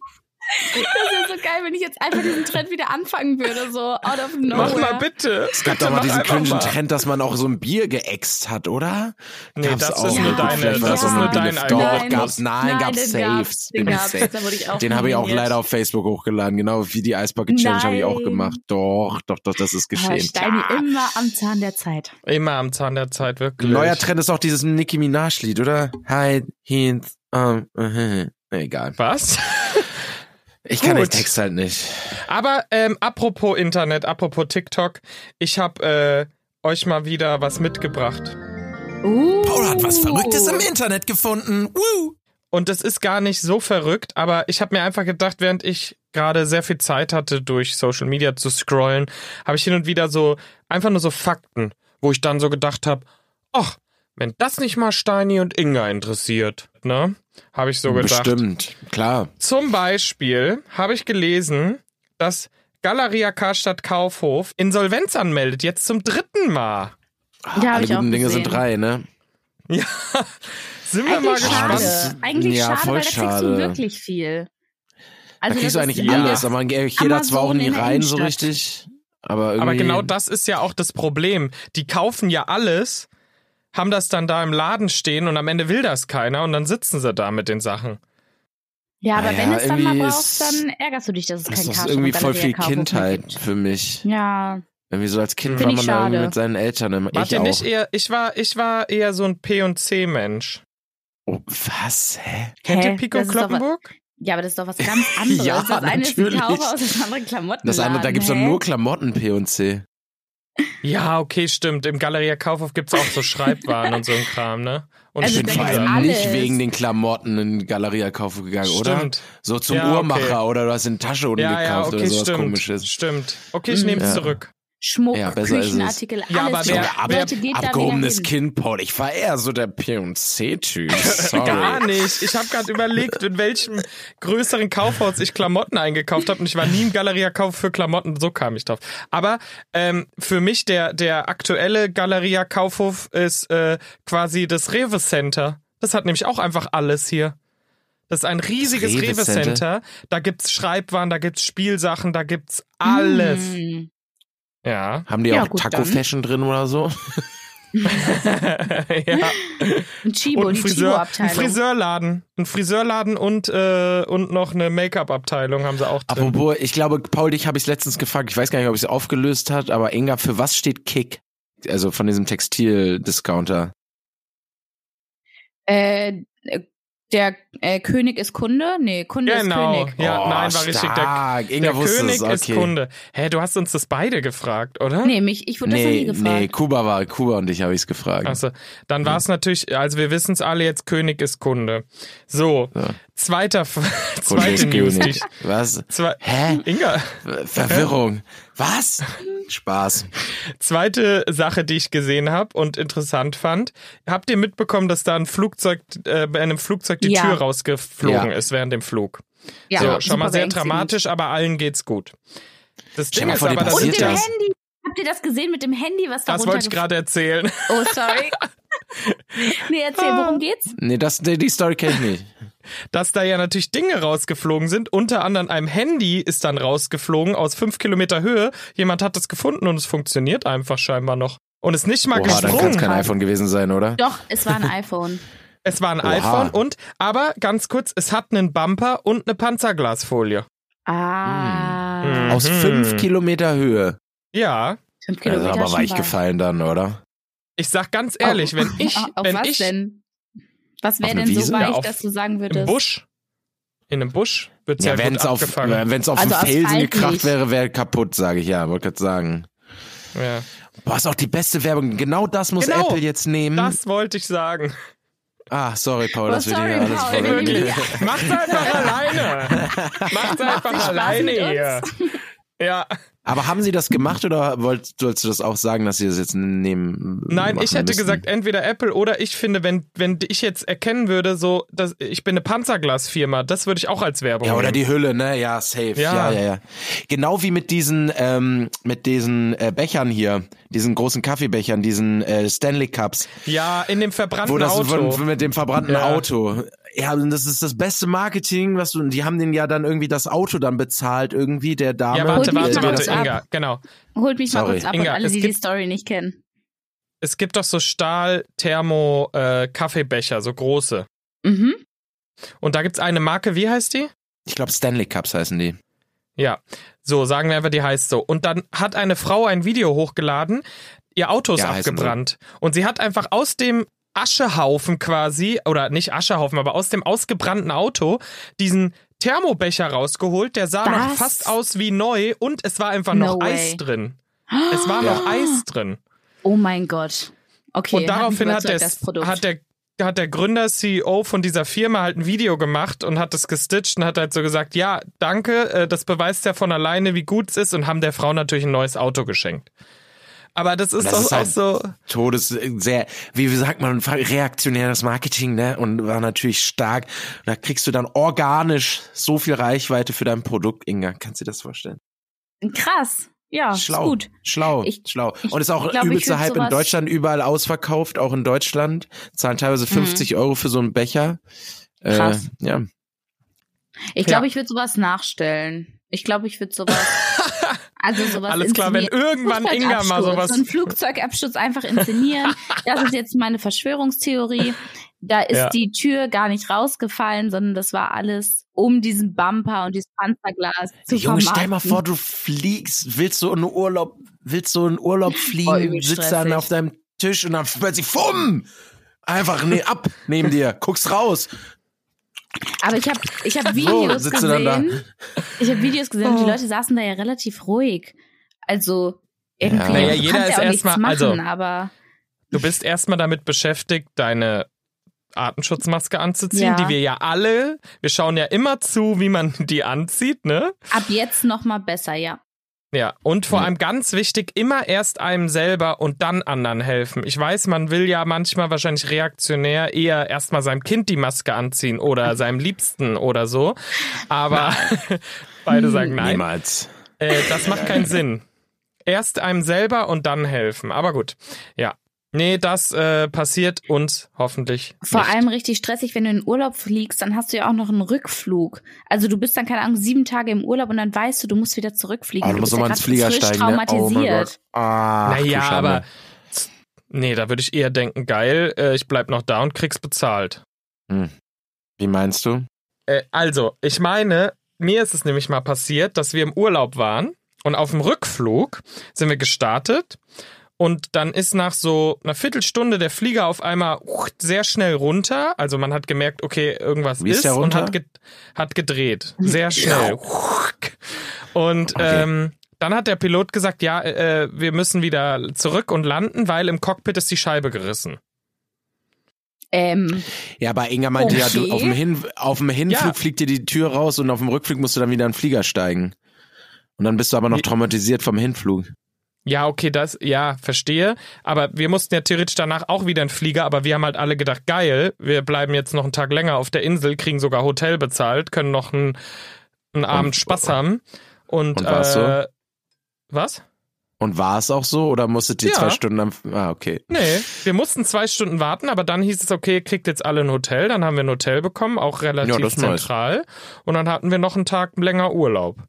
Speaker 2: Das wäre so geil, wenn ich jetzt einfach diesen Trend wieder anfangen würde, so out of nowhere. Oh,
Speaker 3: Mach mal bitte. Es
Speaker 1: Gab doch mal diesen cringen Trend, dass man auch so ein Bier geäxt hat, oder?
Speaker 3: Nee,
Speaker 1: Gab's
Speaker 3: das
Speaker 1: auch.
Speaker 3: ist nur
Speaker 1: Gut,
Speaker 3: deine-
Speaker 1: vielleicht war
Speaker 3: das
Speaker 1: so
Speaker 3: ist
Speaker 1: eine
Speaker 3: nur
Speaker 1: mobile-
Speaker 3: dein
Speaker 1: Doch,
Speaker 3: Algorithmus.
Speaker 1: gab's, nein,
Speaker 2: Nein,
Speaker 1: gab's
Speaker 2: den
Speaker 1: safe.
Speaker 2: gab's,
Speaker 1: Bin
Speaker 2: den
Speaker 1: ich
Speaker 2: gab's.
Speaker 1: safe.
Speaker 2: Da wurde ich auch
Speaker 1: Den habe ich auch
Speaker 2: nominiert.
Speaker 1: leider auf Facebook hochgeladen, genau wie die Eisbucket Challenge habe ich auch
Speaker 2: Nein. Ah,
Speaker 1: gemacht. Doch, doch, doch, das ist
Speaker 2: Aber
Speaker 1: geschehen.
Speaker 2: Steini
Speaker 1: Klar.
Speaker 2: immer am Zahn der Zeit.
Speaker 3: Immer am Zahn der Zeit, wirklich.
Speaker 1: Neuer Trend ist auch dieses Nicki Minaj-Lied, oder? Hi, Hint, um, äh, egal.
Speaker 3: Was?
Speaker 1: Ich kann
Speaker 3: Gut.
Speaker 1: den Text halt nicht.
Speaker 3: Aber ähm, apropos Internet, apropos TikTok, ich habe äh, euch mal wieder was mitgebracht.
Speaker 2: Uh.
Speaker 1: Internet gefunden. Woo!
Speaker 3: Und das ist gar nicht so verrückt, aber ich habe mir einfach gedacht, während ich gerade sehr viel Zeit hatte, durch Social Media zu scrollen, habe ich hin und wieder so einfach nur so Fakten, wo ich dann so gedacht habe, ach, wenn das nicht mal Steini und Inga interessiert, ne? Habe ich so gedacht.
Speaker 1: Bestimmt, klar.
Speaker 3: Zum Beispiel habe ich gelesen, dass Galeria Karstadt Kaufhof Insolvenz anmeldet, jetzt zum dritten Mal.
Speaker 2: Ja, hab
Speaker 1: Alle
Speaker 2: ich auch
Speaker 1: guten Dinge
Speaker 2: gesehen.
Speaker 1: sind drei, ne?
Speaker 3: Sind wir mal
Speaker 2: Eigentlich
Speaker 3: gespannt.
Speaker 1: Das
Speaker 2: schade.
Speaker 1: ist-
Speaker 2: Eigentlich
Speaker 1: Ja,
Speaker 2: schade,
Speaker 1: voll
Speaker 2: weil da kriegst du
Speaker 1: schade.
Speaker 2: wirklich viel. Also
Speaker 1: da kriegst du
Speaker 2: das
Speaker 1: eigentlich
Speaker 2: ist immer
Speaker 1: alles,
Speaker 2: das
Speaker 1: aber man geht jeder zwar auch
Speaker 2: Amazon
Speaker 1: nie
Speaker 2: in der
Speaker 1: rein so
Speaker 2: Innenstadt.
Speaker 1: richtig. Aber irgendwie.
Speaker 3: Aber genau das ist ja auch das Problem. Die kaufen ja alles, haben das dann da im Laden stehen und am Ende will das keiner und dann sitzen sie da mit den Sachen.
Speaker 2: Ja, aber
Speaker 1: Naja,
Speaker 2: wenn du es dann mal
Speaker 1: irgendwie ist-
Speaker 2: brauchst, dann ärgerst du dich, dass es
Speaker 1: Das
Speaker 2: kein
Speaker 1: ist doch
Speaker 2: Cash
Speaker 1: irgendwie voll viel Kindheit für mich.
Speaker 2: Ja,
Speaker 1: Irgendwie so als Kind war
Speaker 3: Find
Speaker 2: ich
Speaker 1: man da irgendwie
Speaker 2: schade.
Speaker 1: mit seinen Eltern immer.
Speaker 3: Wart
Speaker 1: ich
Speaker 3: ihr
Speaker 1: auch.
Speaker 3: nicht eher, ich war, ich war eher so ein P und C Mensch.
Speaker 1: oh,
Speaker 3: eh-
Speaker 1: was? Hä?
Speaker 3: Kennt
Speaker 2: Hä?
Speaker 3: ihr Pico
Speaker 2: Das ist doch
Speaker 3: Kloppenburg?
Speaker 2: ja, aber das ist doch was ganz anderes.
Speaker 1: Ja,
Speaker 2: das eine
Speaker 1: natürlich.
Speaker 2: ist ein Kaufhaus, das andere Klamotten.
Speaker 1: Das andere, da gibt's doch
Speaker 2: hä?
Speaker 1: nur Klamotten P und C.
Speaker 3: Ja, okay, stimmt. Im Galeria Kaufhof gibt's auch so Schreibwaren und so ein Kram, ne? Und
Speaker 2: Also
Speaker 1: ich
Speaker 2: da
Speaker 1: bin
Speaker 2: gibt's
Speaker 1: vor allem
Speaker 2: alles.
Speaker 1: nicht wegen den Klamotten in Galeria kaufen gegangen, oder?
Speaker 3: Stimmt.
Speaker 1: So zum
Speaker 3: Ja, okay.
Speaker 1: Uhrmacher oder du hast eine Tasche unten
Speaker 3: Ja, ja,
Speaker 1: gekauft
Speaker 3: okay,
Speaker 1: oder sowas
Speaker 3: stimmt.
Speaker 1: komisches.
Speaker 3: Stimmt. Okay,
Speaker 2: Mhm.
Speaker 3: ich nehme es
Speaker 1: Ja.
Speaker 3: zurück.
Speaker 2: Schmuck,
Speaker 1: Ja, besser ist es.
Speaker 2: Küchenartikel,
Speaker 3: Ja,
Speaker 2: alles.
Speaker 3: aber wer-
Speaker 2: Leute,
Speaker 3: wer-
Speaker 2: geht da wieder
Speaker 1: Abgehobenes
Speaker 2: hin.
Speaker 1: Kind, Paul. Ich war eher so der P und C-Typ.
Speaker 3: Gar
Speaker 1: Sorry.
Speaker 3: nicht. Ich habe gerade überlegt, in welchem größeren Kaufhaus ich Klamotten eingekauft habe. Und ich war nie im Galeria-Kauf für Klamotten. So kam ich drauf. Aber ähm, für mich der, der aktuelle Galeria-Kaufhof ist äh, quasi das Rewe-Center. Das hat nämlich auch einfach alles hier. Das ist ein riesiges
Speaker 1: Rewe-Center?
Speaker 3: Rewe-Center. da gibt's Schreibwaren, da gibt's Spielsachen, da gibt's alles.
Speaker 2: Hm.
Speaker 3: Ja.
Speaker 1: Haben die
Speaker 2: Ja,
Speaker 1: auch
Speaker 2: gut, dann.
Speaker 1: Taco-Fashion drin oder so?
Speaker 3: ja.
Speaker 2: Ein Chibo,
Speaker 3: und
Speaker 2: die
Speaker 3: ein Friseur, ein
Speaker 2: Chibo-Abteilung.
Speaker 3: Friseurladen. Ein Friseurladen und, äh, und noch eine Make-up-Abteilung haben sie auch drin.
Speaker 1: Apropos, ich glaube, Paul, dich habe ich letztens gefragt. Ich weiß gar nicht, ob ich es aufgelöst hat, aber Inga, für was steht Kick? Also von diesem Textil-Discounter.
Speaker 2: Äh, der äh, König ist Kunde? Nee, Kunde
Speaker 3: Genau.
Speaker 2: ist König.
Speaker 3: Ja,
Speaker 1: oh,
Speaker 3: nein, war richtig. Der-
Speaker 1: stark. Inga
Speaker 3: der
Speaker 1: wusste
Speaker 3: König
Speaker 1: es, okay.
Speaker 3: ist Kunde. Hä, du hast uns das beide gefragt, oder?
Speaker 2: Nee, mich, ich wurde das noch nie
Speaker 1: Nee,
Speaker 2: gefragt.
Speaker 1: nee, Kuba war, Kuba und ich habe ich es gefragt.
Speaker 3: Achso, Also,
Speaker 1: Hm.
Speaker 3: dann war es natürlich, also wir wissen es alle jetzt, König ist Kunde. So,
Speaker 1: Ja.
Speaker 3: zweiter, F-
Speaker 1: Kunde
Speaker 3: zweite
Speaker 1: ist
Speaker 3: News. Die,
Speaker 1: König.
Speaker 3: ich-
Speaker 1: Was?
Speaker 3: zwei,
Speaker 1: Hä?
Speaker 3: Inga,
Speaker 1: Verwirrung. Was? Spaß.
Speaker 3: zweite Sache, die ich gesehen habe und interessant fand. Habt ihr mitbekommen, dass da ein Flugzeug, äh, bei einem Flugzeug die
Speaker 2: Ja.
Speaker 3: Tür rausgeflogen
Speaker 1: Ja.
Speaker 3: ist während dem Flug?
Speaker 2: Ja,
Speaker 3: so, schon
Speaker 2: super
Speaker 3: mal sehr
Speaker 2: beängstigend.
Speaker 3: dramatisch, aber allen geht's gut. Das
Speaker 1: Stell
Speaker 3: Ding
Speaker 1: mal
Speaker 3: ist
Speaker 1: vor, dir
Speaker 3: aber, dass
Speaker 2: Und
Speaker 1: passiert
Speaker 2: mit
Speaker 3: ich
Speaker 2: dem
Speaker 1: das?
Speaker 3: das,
Speaker 2: Handy. Habt ihr das gesehen mit dem Handy, was da
Speaker 3: das wollte ich
Speaker 2: runtergef-
Speaker 3: gerade erzählen.
Speaker 2: Oh, sorry. nee, erzähl, worum geht's?
Speaker 1: Nee, das, die, die Story kenne ich nicht.
Speaker 3: dass da ja natürlich Dinge rausgeflogen sind. Unter anderem ein Handy ist dann rausgeflogen aus fünf Kilometer Höhe. Jemand hat es gefunden und es funktioniert einfach scheinbar noch. Und ist nicht mal
Speaker 1: Oha, dann kann es
Speaker 3: gesprungen.
Speaker 1: kein iPhone gewesen sein, oder?
Speaker 2: Doch, es war ein iPhone.
Speaker 3: Es war ein
Speaker 1: Oha.
Speaker 3: iPhone und, aber ganz kurz, es hat einen Bumper und eine Panzerglasfolie.
Speaker 2: Ah.
Speaker 3: Hm.
Speaker 1: Aus fünf
Speaker 3: Mhm.
Speaker 1: Kilometer Höhe.
Speaker 3: Ja,
Speaker 2: Fünf Kilometer
Speaker 1: Also aber
Speaker 2: schon
Speaker 1: weich
Speaker 2: weit.
Speaker 1: gefallen dann, oder?
Speaker 3: ich sag ganz ehrlich, wenn ich,
Speaker 2: Auf, auf
Speaker 3: wenn
Speaker 2: was
Speaker 3: ich
Speaker 2: denn? Was
Speaker 1: Auf
Speaker 2: wäre
Speaker 1: eine
Speaker 2: denn so
Speaker 1: Wiese?
Speaker 3: Ja,
Speaker 2: weich,
Speaker 3: auf-
Speaker 2: dass du sagen
Speaker 3: im
Speaker 2: würdest?
Speaker 3: Busch, in einem Busch wird's ja,
Speaker 1: Ja, wenn
Speaker 3: gut
Speaker 1: es auf, äh,
Speaker 3: abgefangen.
Speaker 1: wenn's auf
Speaker 2: Also
Speaker 1: einen Felsen
Speaker 2: Asphalt
Speaker 1: gekracht
Speaker 2: nicht.
Speaker 1: wäre, wäre kaputt, sage ich ja, wollte gerade sagen.
Speaker 3: ja.
Speaker 1: Boah, ist auch die beste Werbung. Genau das muss
Speaker 3: Genau.
Speaker 1: Apple jetzt
Speaker 2: Mhm.
Speaker 1: nehmen.
Speaker 3: Das wollte ich sagen.
Speaker 1: ah, sorry, Paul,
Speaker 2: Oh,
Speaker 1: dass wir dir
Speaker 2: sorry,
Speaker 1: hier alles
Speaker 2: Paul.
Speaker 1: vorwegnehmen.
Speaker 3: Wirklich. Macht's einfach alleine. Macht's einfach
Speaker 2: Spaß
Speaker 3: alleine
Speaker 2: mit uns.
Speaker 3: hier. Ja.
Speaker 1: Aber haben sie das gemacht oder wolltest, sollst du das auch sagen, dass sie das jetzt nehmen?
Speaker 3: Nein,
Speaker 1: machen
Speaker 3: ich hätte
Speaker 1: müssen?
Speaker 3: gesagt, entweder Apple oder ich finde, wenn, wenn ich jetzt erkennen würde, so, dass ich bin eine Panzerglasfirma, das würde ich auch als Werbung.
Speaker 1: Ja, oder
Speaker 3: nehmen.
Speaker 1: die Hülle, ne? Ja, safe. Ja,
Speaker 3: Ja.
Speaker 1: ja, ja. Genau wie mit diesen, ähm, mit diesen äh, Bechern hier, diesen großen Kaffeebechern, diesen äh, Stanley Cups,
Speaker 3: Ja, in dem verbrannten
Speaker 1: wo das
Speaker 3: Auto.
Speaker 1: wo- mit dem verbrannten
Speaker 3: Ja.
Speaker 1: Auto. Ja, und das ist das beste Marketing, was du. und Die haben den ja dann irgendwie das Auto dann bezahlt, irgendwie der Dame.
Speaker 3: ja, warte,
Speaker 1: die-
Speaker 2: Holt mich
Speaker 3: warte,
Speaker 1: die
Speaker 2: mal
Speaker 3: warte,
Speaker 1: das-
Speaker 2: kurz ab.
Speaker 3: Inga, genau.
Speaker 2: Holt mich mal
Speaker 1: Sorry.
Speaker 2: kurz ab
Speaker 3: Inga,
Speaker 2: und alle,
Speaker 3: es
Speaker 2: die die
Speaker 3: gibt-
Speaker 2: Story nicht kennen.
Speaker 3: Es gibt doch so Stahl-Thermo-Kaffeebecher, so große.
Speaker 2: Mhm.
Speaker 3: Und da gibt's eine Marke, wie heißt die?
Speaker 1: Ich glaube, Stanley Cups heißen die.
Speaker 3: Ja, so sagen wir einfach, die heißt so. Und dann hat eine Frau ein Video hochgeladen, ihr Auto ist
Speaker 1: Ja, heißen
Speaker 3: abgebrannt. Und sie hat einfach aus dem Aschehaufen quasi, oder nicht Aschehaufen, aber aus dem ausgebrannten Auto, diesen Thermobecher rausgeholt, der sah noch
Speaker 2: Was?
Speaker 3: fast aus wie neu und es war einfach
Speaker 2: No
Speaker 3: noch
Speaker 2: way.
Speaker 3: Eis drin. Es war
Speaker 1: Ja.
Speaker 3: noch Eis drin.
Speaker 2: Oh mein Gott. Okay,
Speaker 3: und daraufhin
Speaker 2: mich
Speaker 3: hat, der,
Speaker 2: überzeugt, das Produkt.
Speaker 3: hat der hat der Gründer CEO von dieser Firma halt ein Video gemacht und hat das gestitcht und hat halt so gesagt, ja, danke, äh, das beweist ja von alleine, wie gut es ist und haben der Frau natürlich ein neues Auto geschenkt. Aber das ist
Speaker 1: Das
Speaker 3: doch
Speaker 1: ist halt-
Speaker 3: auch so,
Speaker 1: Todes äh, sehr, wie sagt man, reaktionäres Marketing, ne? Und war natürlich stark. Und da kriegst du dann organisch so viel Reichweite für dein Produkt, Inga. Kannst du dir das vorstellen?
Speaker 2: Krass. Ja,
Speaker 1: schlau,
Speaker 2: ist gut.
Speaker 1: schlau,
Speaker 2: Ich-
Speaker 1: schlau.
Speaker 2: ich
Speaker 1: Und ist auch
Speaker 2: glaub, ich
Speaker 1: übelster
Speaker 2: würd
Speaker 1: Hype in
Speaker 2: sowas-
Speaker 1: Deutschland überall ausverkauft, auch in Äh, Deutschland. Zahlen teilweise 50 Euro für so einen Becher.
Speaker 2: Mhm. Krass.
Speaker 1: Äh, ja.
Speaker 2: Ich glaube, ich würde sowas nachstellen. Ich glaube, ich würde sowas. Also sowas
Speaker 3: Alles klar, wenn
Speaker 2: inszenieren.
Speaker 3: irgendwann Inga mal
Speaker 2: Flugzeugabsturz,
Speaker 3: sowas.
Speaker 2: So einen Flugzeugabsturz einfach inszenieren. Das ist jetzt meine Verschwörungstheorie. Da ist
Speaker 3: Ja.
Speaker 2: die Tür gar nicht rausgefallen, sondern das war alles um diesen Bumper und dieses Panzerglas zu
Speaker 1: Junge, stell
Speaker 2: vermarkten.
Speaker 1: mal vor, du fliegst, willst so einen Urlaub, willst so einen Urlaub fliegen,
Speaker 2: übel
Speaker 1: sitzt dann
Speaker 2: stressig.
Speaker 1: auf deinem Tisch und dann plötzlich fumm! Einfach ne, ab neben dir, guckst raus.
Speaker 2: Aber ich habe ich hab
Speaker 1: So,
Speaker 2: Videos
Speaker 1: sitzt du dann da.
Speaker 2: gesehen. Ich habe Videos gesehen
Speaker 3: Oh.
Speaker 2: und die Leute saßen da ja relativ ruhig. Also irgendwie.
Speaker 1: Naja,
Speaker 2: du
Speaker 3: jeder
Speaker 2: kannst
Speaker 3: ist
Speaker 2: ja auch nichts
Speaker 3: erstmal-
Speaker 2: machen,
Speaker 3: also-
Speaker 2: aber
Speaker 3: Du bist erstmal damit beschäftigt, deine Atemschutzmaske
Speaker 2: Ja.
Speaker 3: anzuziehen, die wir ja alle, wir schauen ja immer zu, wie man die anzieht, ne?
Speaker 2: ab jetzt noch mal besser, ja.
Speaker 3: Ja, und vor
Speaker 1: Ja.
Speaker 3: allem ganz wichtig, immer erst einem selber und dann anderen helfen. Ich weiß, man will ja manchmal wahrscheinlich reaktionär eher erstmal seinem Kind die Maske anziehen oder seinem Liebsten oder so, aber beide sagen nein.
Speaker 1: Hm. Niemals.
Speaker 3: Äh, das macht keinen Sinn. Erst einem selber und dann helfen. Aber gut, ja. Nee, das äh, passiert uns hoffentlich.
Speaker 2: Vor
Speaker 3: nicht.
Speaker 2: allem richtig stressig, wenn du in den Urlaub fliegst, dann hast du ja auch noch einen Rückflug. Also du bist dann, keine Ahnung, sieben Tage im Urlaub und dann weißt du, du musst wieder zurückfliegen.
Speaker 1: Oh, du musst
Speaker 2: bist
Speaker 1: nochmal
Speaker 2: ja
Speaker 1: ins
Speaker 2: grad
Speaker 1: Flieger
Speaker 2: frisch
Speaker 1: steigen. Ne? Oh mein
Speaker 2: traumatisiert.
Speaker 1: Gott. Ach,
Speaker 3: naja,
Speaker 1: du Schande.
Speaker 3: aber. Nee, da würde ich eher denken, geil, äh, ich bleib noch da und krieg's bezahlt.
Speaker 1: Wie meinst du?
Speaker 3: Äh, also, ich meine, mir ist es nämlich mal passiert, dass wir im Urlaub waren und auf dem Rückflug sind wir gestartet und dann ist nach so einer Viertelstunde der Flieger auf einmal uch, sehr schnell runter. Also man hat gemerkt, okay, irgendwas
Speaker 1: Wie ist der
Speaker 3: und
Speaker 1: runter?
Speaker 3: hat, ge hat gedreht. Sehr schnell. Uch. Und
Speaker 1: Okay.
Speaker 3: ähm, dann hat der Pilot gesagt, ja, äh, wir müssen wieder zurück und landen, weil im Cockpit ist die Scheibe gerissen.
Speaker 2: Ähm,
Speaker 1: Ja, aber Inga meinte ja, du,
Speaker 2: Okay.
Speaker 1: auf dem, Hin auf dem Hinflug
Speaker 3: Ja.
Speaker 1: fliegt dir die Tür raus und auf dem Rückflug musst du dann wieder in den Flieger steigen. Und dann bist du aber noch
Speaker 3: Nee.
Speaker 1: traumatisiert vom Hinflug.
Speaker 3: Ja, okay, das, ja, verstehe. Aber wir mussten ja theoretisch danach auch wieder in den Flieger, aber wir haben halt alle gedacht, geil, wir bleiben jetzt noch einen Tag länger auf der Insel, kriegen sogar Hotel bezahlt, können noch einen, einen Abend Spaß haben. Und,
Speaker 1: und war's
Speaker 3: äh, was?
Speaker 1: Und war es auch so oder musstet ihr
Speaker 3: Ja.
Speaker 1: zwei Stunden am. Ah, okay.
Speaker 3: Nee, wir mussten zwei Stunden warten, aber dann hieß es, okay, kriegt jetzt alle ein Hotel. Dann haben wir ein Hotel bekommen, auch relativ
Speaker 1: Ja, das ist nice.
Speaker 3: zentral. Und dann hatten wir noch einen Tag länger Urlaub.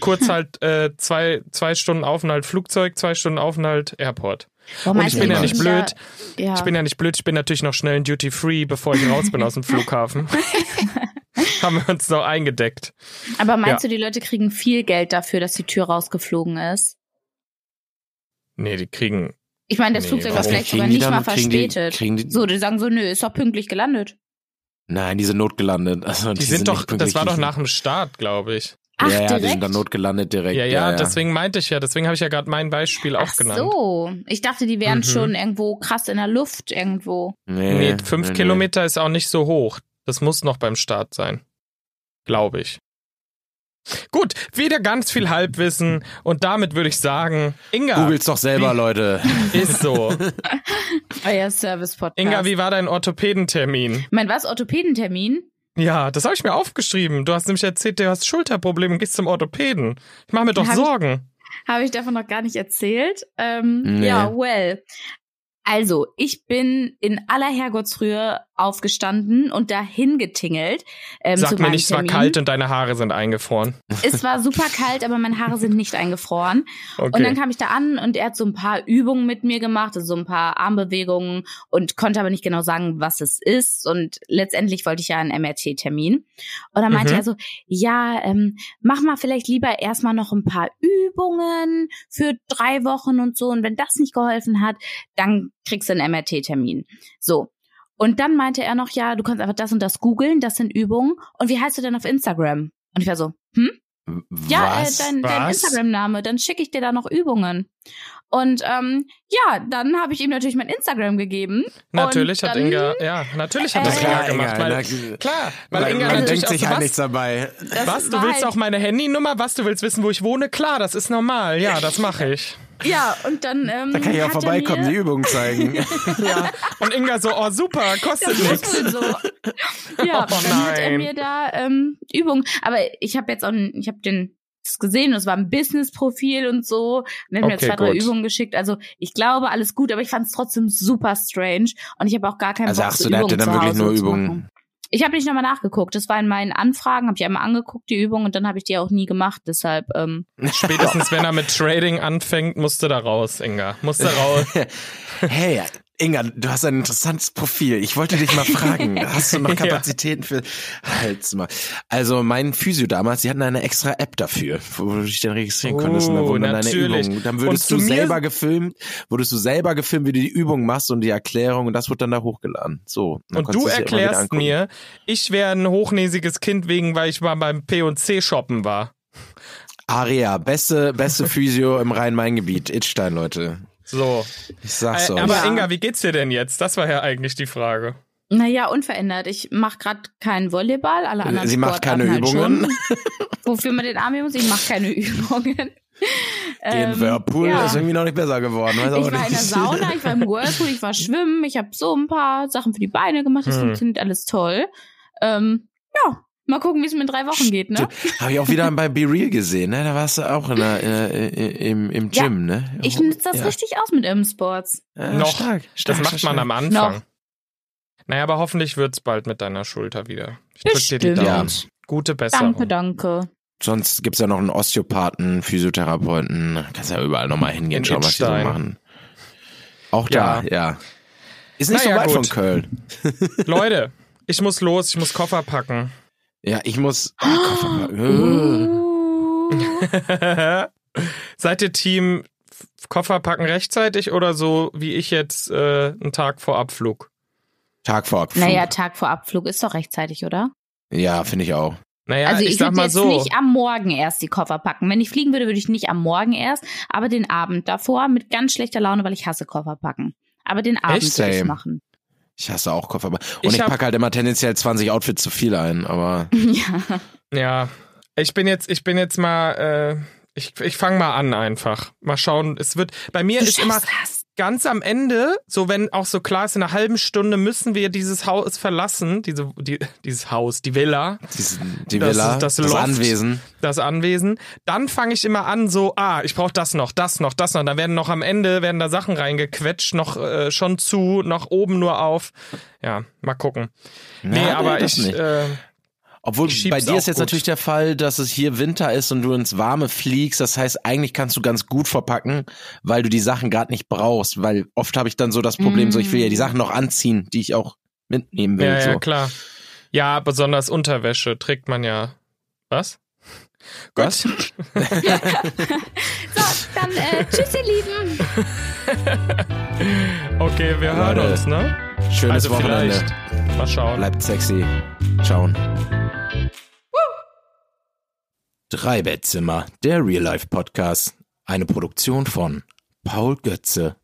Speaker 3: kurz halt äh, zwei, zwei Stunden Aufenthalt Flugzeug, zwei Stunden Aufenthalt Airport.
Speaker 2: warum
Speaker 3: Und
Speaker 2: meinst du,
Speaker 3: ich bin
Speaker 2: die
Speaker 3: ja nicht
Speaker 2: fliegen
Speaker 3: blöd.
Speaker 2: Da, ja.
Speaker 3: Ich bin ja nicht blöd, ich bin natürlich noch schnell in Duty Free, bevor ich raus bin aus dem Flughafen. Haben wir uns noch eingedeckt.
Speaker 2: Aber meinst du, die Leute kriegen viel Geld dafür, dass die Tür rausgeflogen ist?
Speaker 3: Nee, die kriegen.
Speaker 2: Ich meine, das
Speaker 3: Nee,
Speaker 2: Flugzeug war
Speaker 3: warum
Speaker 2: vielleicht
Speaker 1: kriegen
Speaker 2: sogar
Speaker 1: die
Speaker 2: nicht
Speaker 1: dann-
Speaker 2: mal
Speaker 1: kriegen die-
Speaker 2: verspätet.
Speaker 1: kriegen die-
Speaker 2: so, die sagen so, nö, ist doch pünktlich gelandet.
Speaker 1: Nein, die sind notgelandet. Also,
Speaker 3: Die, sind, doch,
Speaker 1: nicht
Speaker 3: das
Speaker 1: pünktlich
Speaker 3: war doch
Speaker 1: geflogen.
Speaker 3: nach dem Start, glaube ich.
Speaker 2: Ach,
Speaker 1: ja, ja, die sind
Speaker 2: direkt?
Speaker 1: dann notgelandet direkt.
Speaker 3: Ja, ja, deswegen meinte ich ja, deswegen habe ich ja gerade mein Beispiel auch
Speaker 2: Ach
Speaker 3: genannt.
Speaker 2: so. Ich dachte, die wären
Speaker 3: Mhm.
Speaker 2: schon irgendwo krass in der Luft irgendwo.
Speaker 3: Nee, fünf Kilometer ist auch nicht so hoch. Das muss noch beim Start sein. Glaube ich. Gut, wieder ganz viel Halbwissen und damit würde ich sagen, Inga
Speaker 1: Googelt's doch selber,
Speaker 3: Wie-
Speaker 1: Leute.
Speaker 3: ist so.
Speaker 2: Euer Service-Podcast.
Speaker 3: Inga, wie war dein Orthopädentermin?
Speaker 2: Mein was, Orthopädentermin?
Speaker 3: Ja, das habe ich mir aufgeschrieben. Du hast nämlich erzählt, du hast Schulterprobleme und gehst zum Orthopäden. Ich mache mir doch
Speaker 2: Hab ich-
Speaker 3: Sorgen.
Speaker 2: Habe ich davon noch gar nicht erzählt. Ähm,
Speaker 1: Nee.
Speaker 2: Ja, well. Also, ich bin in aller Herrgottsfrühe aufgestanden und dahin getingelt. Ähm, zu
Speaker 3: Sag mir
Speaker 2: meinem
Speaker 3: nicht, es war
Speaker 2: Termin.
Speaker 3: kalt und deine Haare sind eingefroren.
Speaker 2: Es war super kalt, aber meine Haare sind nicht eingefroren. Und
Speaker 3: Okay.
Speaker 2: dann kam ich da an und er hat so ein paar Übungen mit mir gemacht, also so ein paar Armbewegungen und konnte aber nicht genau sagen, was es ist. Und letztendlich wollte ich ja einen MRT-Termin. Und dann meinte
Speaker 3: Mhm.
Speaker 2: er so, ja, ähm, mach mal vielleicht lieber erstmal noch ein paar Übungen für drei Wochen und so. Und wenn das nicht geholfen hat, dann kriegst du einen MRT-Termin. So. Und dann meinte er noch, ja, du kannst einfach das und das googeln, das sind Übungen. Und wie heißt du denn auf Instagram? Und ich war so, hm? Ja, äh,
Speaker 1: Was?
Speaker 2: dein, dein
Speaker 3: Was?
Speaker 2: Instagram-Name, dann schicke ich dir da noch Übungen. Und ähm, ja, dann habe ich ihm natürlich mein Instagram gegeben.
Speaker 3: Natürlich
Speaker 2: und
Speaker 3: hat
Speaker 2: dann-
Speaker 3: Inga, ja, natürlich hat
Speaker 2: Äh,
Speaker 3: das Inga
Speaker 2: klar,
Speaker 3: gemacht. Weil, klar, weil,
Speaker 1: man
Speaker 3: Inga natürlich
Speaker 1: denkt
Speaker 3: auch
Speaker 1: sich
Speaker 3: so,
Speaker 1: halt
Speaker 3: was,
Speaker 1: nichts dabei.
Speaker 2: Das
Speaker 3: was, du
Speaker 2: war
Speaker 3: willst
Speaker 2: halt-
Speaker 3: auch meine Handynummer, was, du willst wissen, wo ich wohne? Klar, das ist normal. Ja, das mache ich.
Speaker 2: Ja, und dann. Ähm,
Speaker 1: Da kann ich auch
Speaker 2: hat er
Speaker 1: vorbeikommen, die
Speaker 2: mir,
Speaker 1: Übung zeigen.
Speaker 3: Ja. Und Inga so, oh super,
Speaker 2: das
Speaker 3: kostet
Speaker 2: ist
Speaker 3: nichts.
Speaker 2: wohl so. Ja,
Speaker 3: Oh
Speaker 2: dann hat er
Speaker 3: nein.
Speaker 2: mir da ähm, Übungen. Aber ich habe jetzt auch, n- ich habe den das gesehen, und es war ein Business-Profil und so. Und er hat mir
Speaker 3: Okay,
Speaker 2: zwei, drei
Speaker 3: gut.
Speaker 2: Übungen geschickt. Also ich glaube, alles gut, aber ich fand es trotzdem super strange. Und ich habe auch gar keinen
Speaker 1: Also
Speaker 2: Bock,
Speaker 1: ach
Speaker 2: so
Speaker 1: so, der
Speaker 2: Übungen
Speaker 1: hatte dann
Speaker 2: zu
Speaker 1: wirklich
Speaker 2: Hause
Speaker 1: nur
Speaker 2: zu
Speaker 1: Übungen.
Speaker 2: machen. Ich habe nicht nochmal nachgeguckt. Das war in meinen Anfragen, habe ich einmal angeguckt, die Übung, und dann habe ich die auch nie gemacht. Deshalb, ähm,
Speaker 3: Spätestens wenn er mit Trading anfängt, musste da raus, Inga. Musste raus.
Speaker 1: Hey, Inga, du hast ein interessantes Profil. Ich wollte dich mal fragen, hast du noch Kapazitäten für... Halt's mal. Also mein Physio damals, die hatten eine extra App dafür, wo du dich dann registrieren konntest. Und dann
Speaker 3: Oh,
Speaker 1: wurden dann deine
Speaker 3: natürlich.
Speaker 1: Übungen. Dann
Speaker 3: Und
Speaker 1: würdest
Speaker 3: zu
Speaker 1: du
Speaker 3: mir-
Speaker 1: selber gefilmt, würdest du selber gefilmt, wie du die Übung machst und die Erklärung und das wird dann da hochgeladen. So. dann
Speaker 3: Und
Speaker 1: konntest
Speaker 3: du
Speaker 1: es dir immer wieder
Speaker 3: erklärst
Speaker 1: angucken.
Speaker 3: mir, ich wäre ein hochnäsiges Kind wegen, weil ich mal beim P&C shoppen war.
Speaker 1: Aria, beste, beste Physio im Rhein-Main-Gebiet. Itstein, Leute.
Speaker 3: So.
Speaker 1: Ich sag's
Speaker 3: Äh,
Speaker 1: euch.
Speaker 3: aber
Speaker 2: Ja.
Speaker 3: Inga, wie geht's dir denn jetzt? Das war ja eigentlich die Frage.
Speaker 2: naja, unverändert. Ich mache gerade keinen Volleyball, alle anderen
Speaker 1: Sie macht
Speaker 2: Sportarten
Speaker 1: keine
Speaker 2: halt
Speaker 1: Übungen.
Speaker 2: Schon. Wofür man den Arm heben muss, ich mache keine Übungen.
Speaker 1: Den
Speaker 2: Ähm,
Speaker 1: Whirlpool
Speaker 2: ja.
Speaker 1: ist irgendwie noch nicht besser geworden. Weiß
Speaker 2: Ich
Speaker 1: auch
Speaker 2: war
Speaker 1: nicht.
Speaker 2: in der Sauna, ich war im Whirlpool, ich war schwimmen, ich habe so ein paar Sachen für die Beine gemacht, das
Speaker 3: Hm.
Speaker 2: funktioniert alles toll. Ähm, ja, mal gucken, wie es mir in drei Wochen geht, ne?
Speaker 1: Habe ich auch wieder bei Be Real gesehen, ne? Da warst du auch in der, äh, äh, im, im
Speaker 2: Ja,
Speaker 1: Gym, ne?
Speaker 2: Ich nutze das
Speaker 1: Ja.
Speaker 2: richtig aus mit M-Sports.
Speaker 1: Ja,
Speaker 3: Noch.
Speaker 1: Stark, stark,
Speaker 3: Das macht
Speaker 1: stark.
Speaker 3: man am Anfang.
Speaker 2: Noch.
Speaker 3: Naja, aber hoffentlich wird's bald mit deiner Schulter wieder. Ich drück dir die
Speaker 2: Bestimmt.
Speaker 3: Daumen.
Speaker 1: Ja.
Speaker 3: Gute Besserung.
Speaker 2: Danke, danke.
Speaker 1: Sonst gibt's ja noch einen Osteopathen, Physiotherapeuten. Kannst ja überall nochmal hingehen,
Speaker 3: In
Speaker 1: schauen, was die so
Speaker 3: Idstein.
Speaker 1: machen. Auch da, ja. Ist nicht
Speaker 3: Naja,
Speaker 1: so weit
Speaker 3: gut.
Speaker 1: von Köln.
Speaker 3: Leute, ich muss los, ich muss Koffer packen.
Speaker 1: Ja, ich muss.
Speaker 2: Oh.
Speaker 1: Ah, Koffer packen. Äh.
Speaker 2: Uh.
Speaker 3: Seid ihr Team F- Koffer packen rechtzeitig oder so wie ich jetzt äh, einen Tag vor Abflug?
Speaker 1: Tag vor Abflug.
Speaker 2: naja, Tag vor Abflug ist doch rechtzeitig, oder?
Speaker 1: Ja, finde ich auch.
Speaker 3: Naja,
Speaker 2: also
Speaker 3: ich,
Speaker 2: ich,
Speaker 3: sag
Speaker 2: würde
Speaker 3: mal
Speaker 2: jetzt
Speaker 3: so.
Speaker 2: nicht am Morgen erst die Koffer packen. Wenn ich fliegen würde, würde ich nicht am Morgen erst, aber den Abend davor mit ganz schlechter Laune, weil ich hasse Koffer packen. Aber den Abend
Speaker 3: Echt?
Speaker 2: würde ich
Speaker 1: Same.
Speaker 2: machen.
Speaker 1: Ich hasse auch Koffer. Und
Speaker 3: Ich
Speaker 1: ich,
Speaker 3: hab-
Speaker 1: packe halt immer tendenziell 20 Outfits zu viel ein, aber.
Speaker 2: ja.
Speaker 3: Ja, ich bin jetzt, ich bin jetzt mal, äh, ich, ich fange mal an einfach. Mal schauen, es wird, bei mir
Speaker 2: Du
Speaker 3: ist immer
Speaker 2: schaffst das.
Speaker 3: ganz am Ende, so wenn auch so klar ist, in einer halben Stunde müssen wir dieses Haus verlassen, diese, die, dieses Haus, die Villa,
Speaker 1: Diesen, die
Speaker 3: Das
Speaker 1: Villa,
Speaker 3: ist das
Speaker 1: das,
Speaker 3: Loft.
Speaker 1: Anwesen.
Speaker 3: das Anwesen, dann fange ich immer an so, ah, ich brauche das noch, das noch, das noch. Dann werden noch am Ende, werden da Sachen reingequetscht, noch äh, schon zu, noch oben nur auf. Ja, mal gucken. Nee,
Speaker 1: Ja,
Speaker 3: aber
Speaker 1: das
Speaker 3: ich,
Speaker 1: nicht.
Speaker 3: äh,
Speaker 1: Obwohl
Speaker 3: ich schieb's
Speaker 1: bei dir
Speaker 3: auch
Speaker 1: ist jetzt
Speaker 3: gut.
Speaker 1: natürlich der Fall, dass es hier Winter ist und du ins Warme fliegst. Das heißt, eigentlich kannst du ganz gut verpacken, weil du die Sachen gerade nicht brauchst. Weil oft habe ich dann so das Problem, so ich will ja die Sachen noch anziehen, die ich auch mitnehmen will.
Speaker 3: Mm. ja, ja,
Speaker 1: so.
Speaker 3: klar. Ja, besonders Unterwäsche trägt man ja. Was?
Speaker 1: Was?
Speaker 2: So, dann äh, tschüss, ihr Lieben.
Speaker 3: Okay, wir hören
Speaker 1: Leute,
Speaker 3: uns, ne?
Speaker 1: Äh, Schönes
Speaker 3: also
Speaker 1: Wochenende.
Speaker 3: vielleicht. Mal schauen.
Speaker 1: Bleibt sexy. Ciao. Drei Bettzimmer, der Real Life Podcast. Eine Produktion von Paul Götze.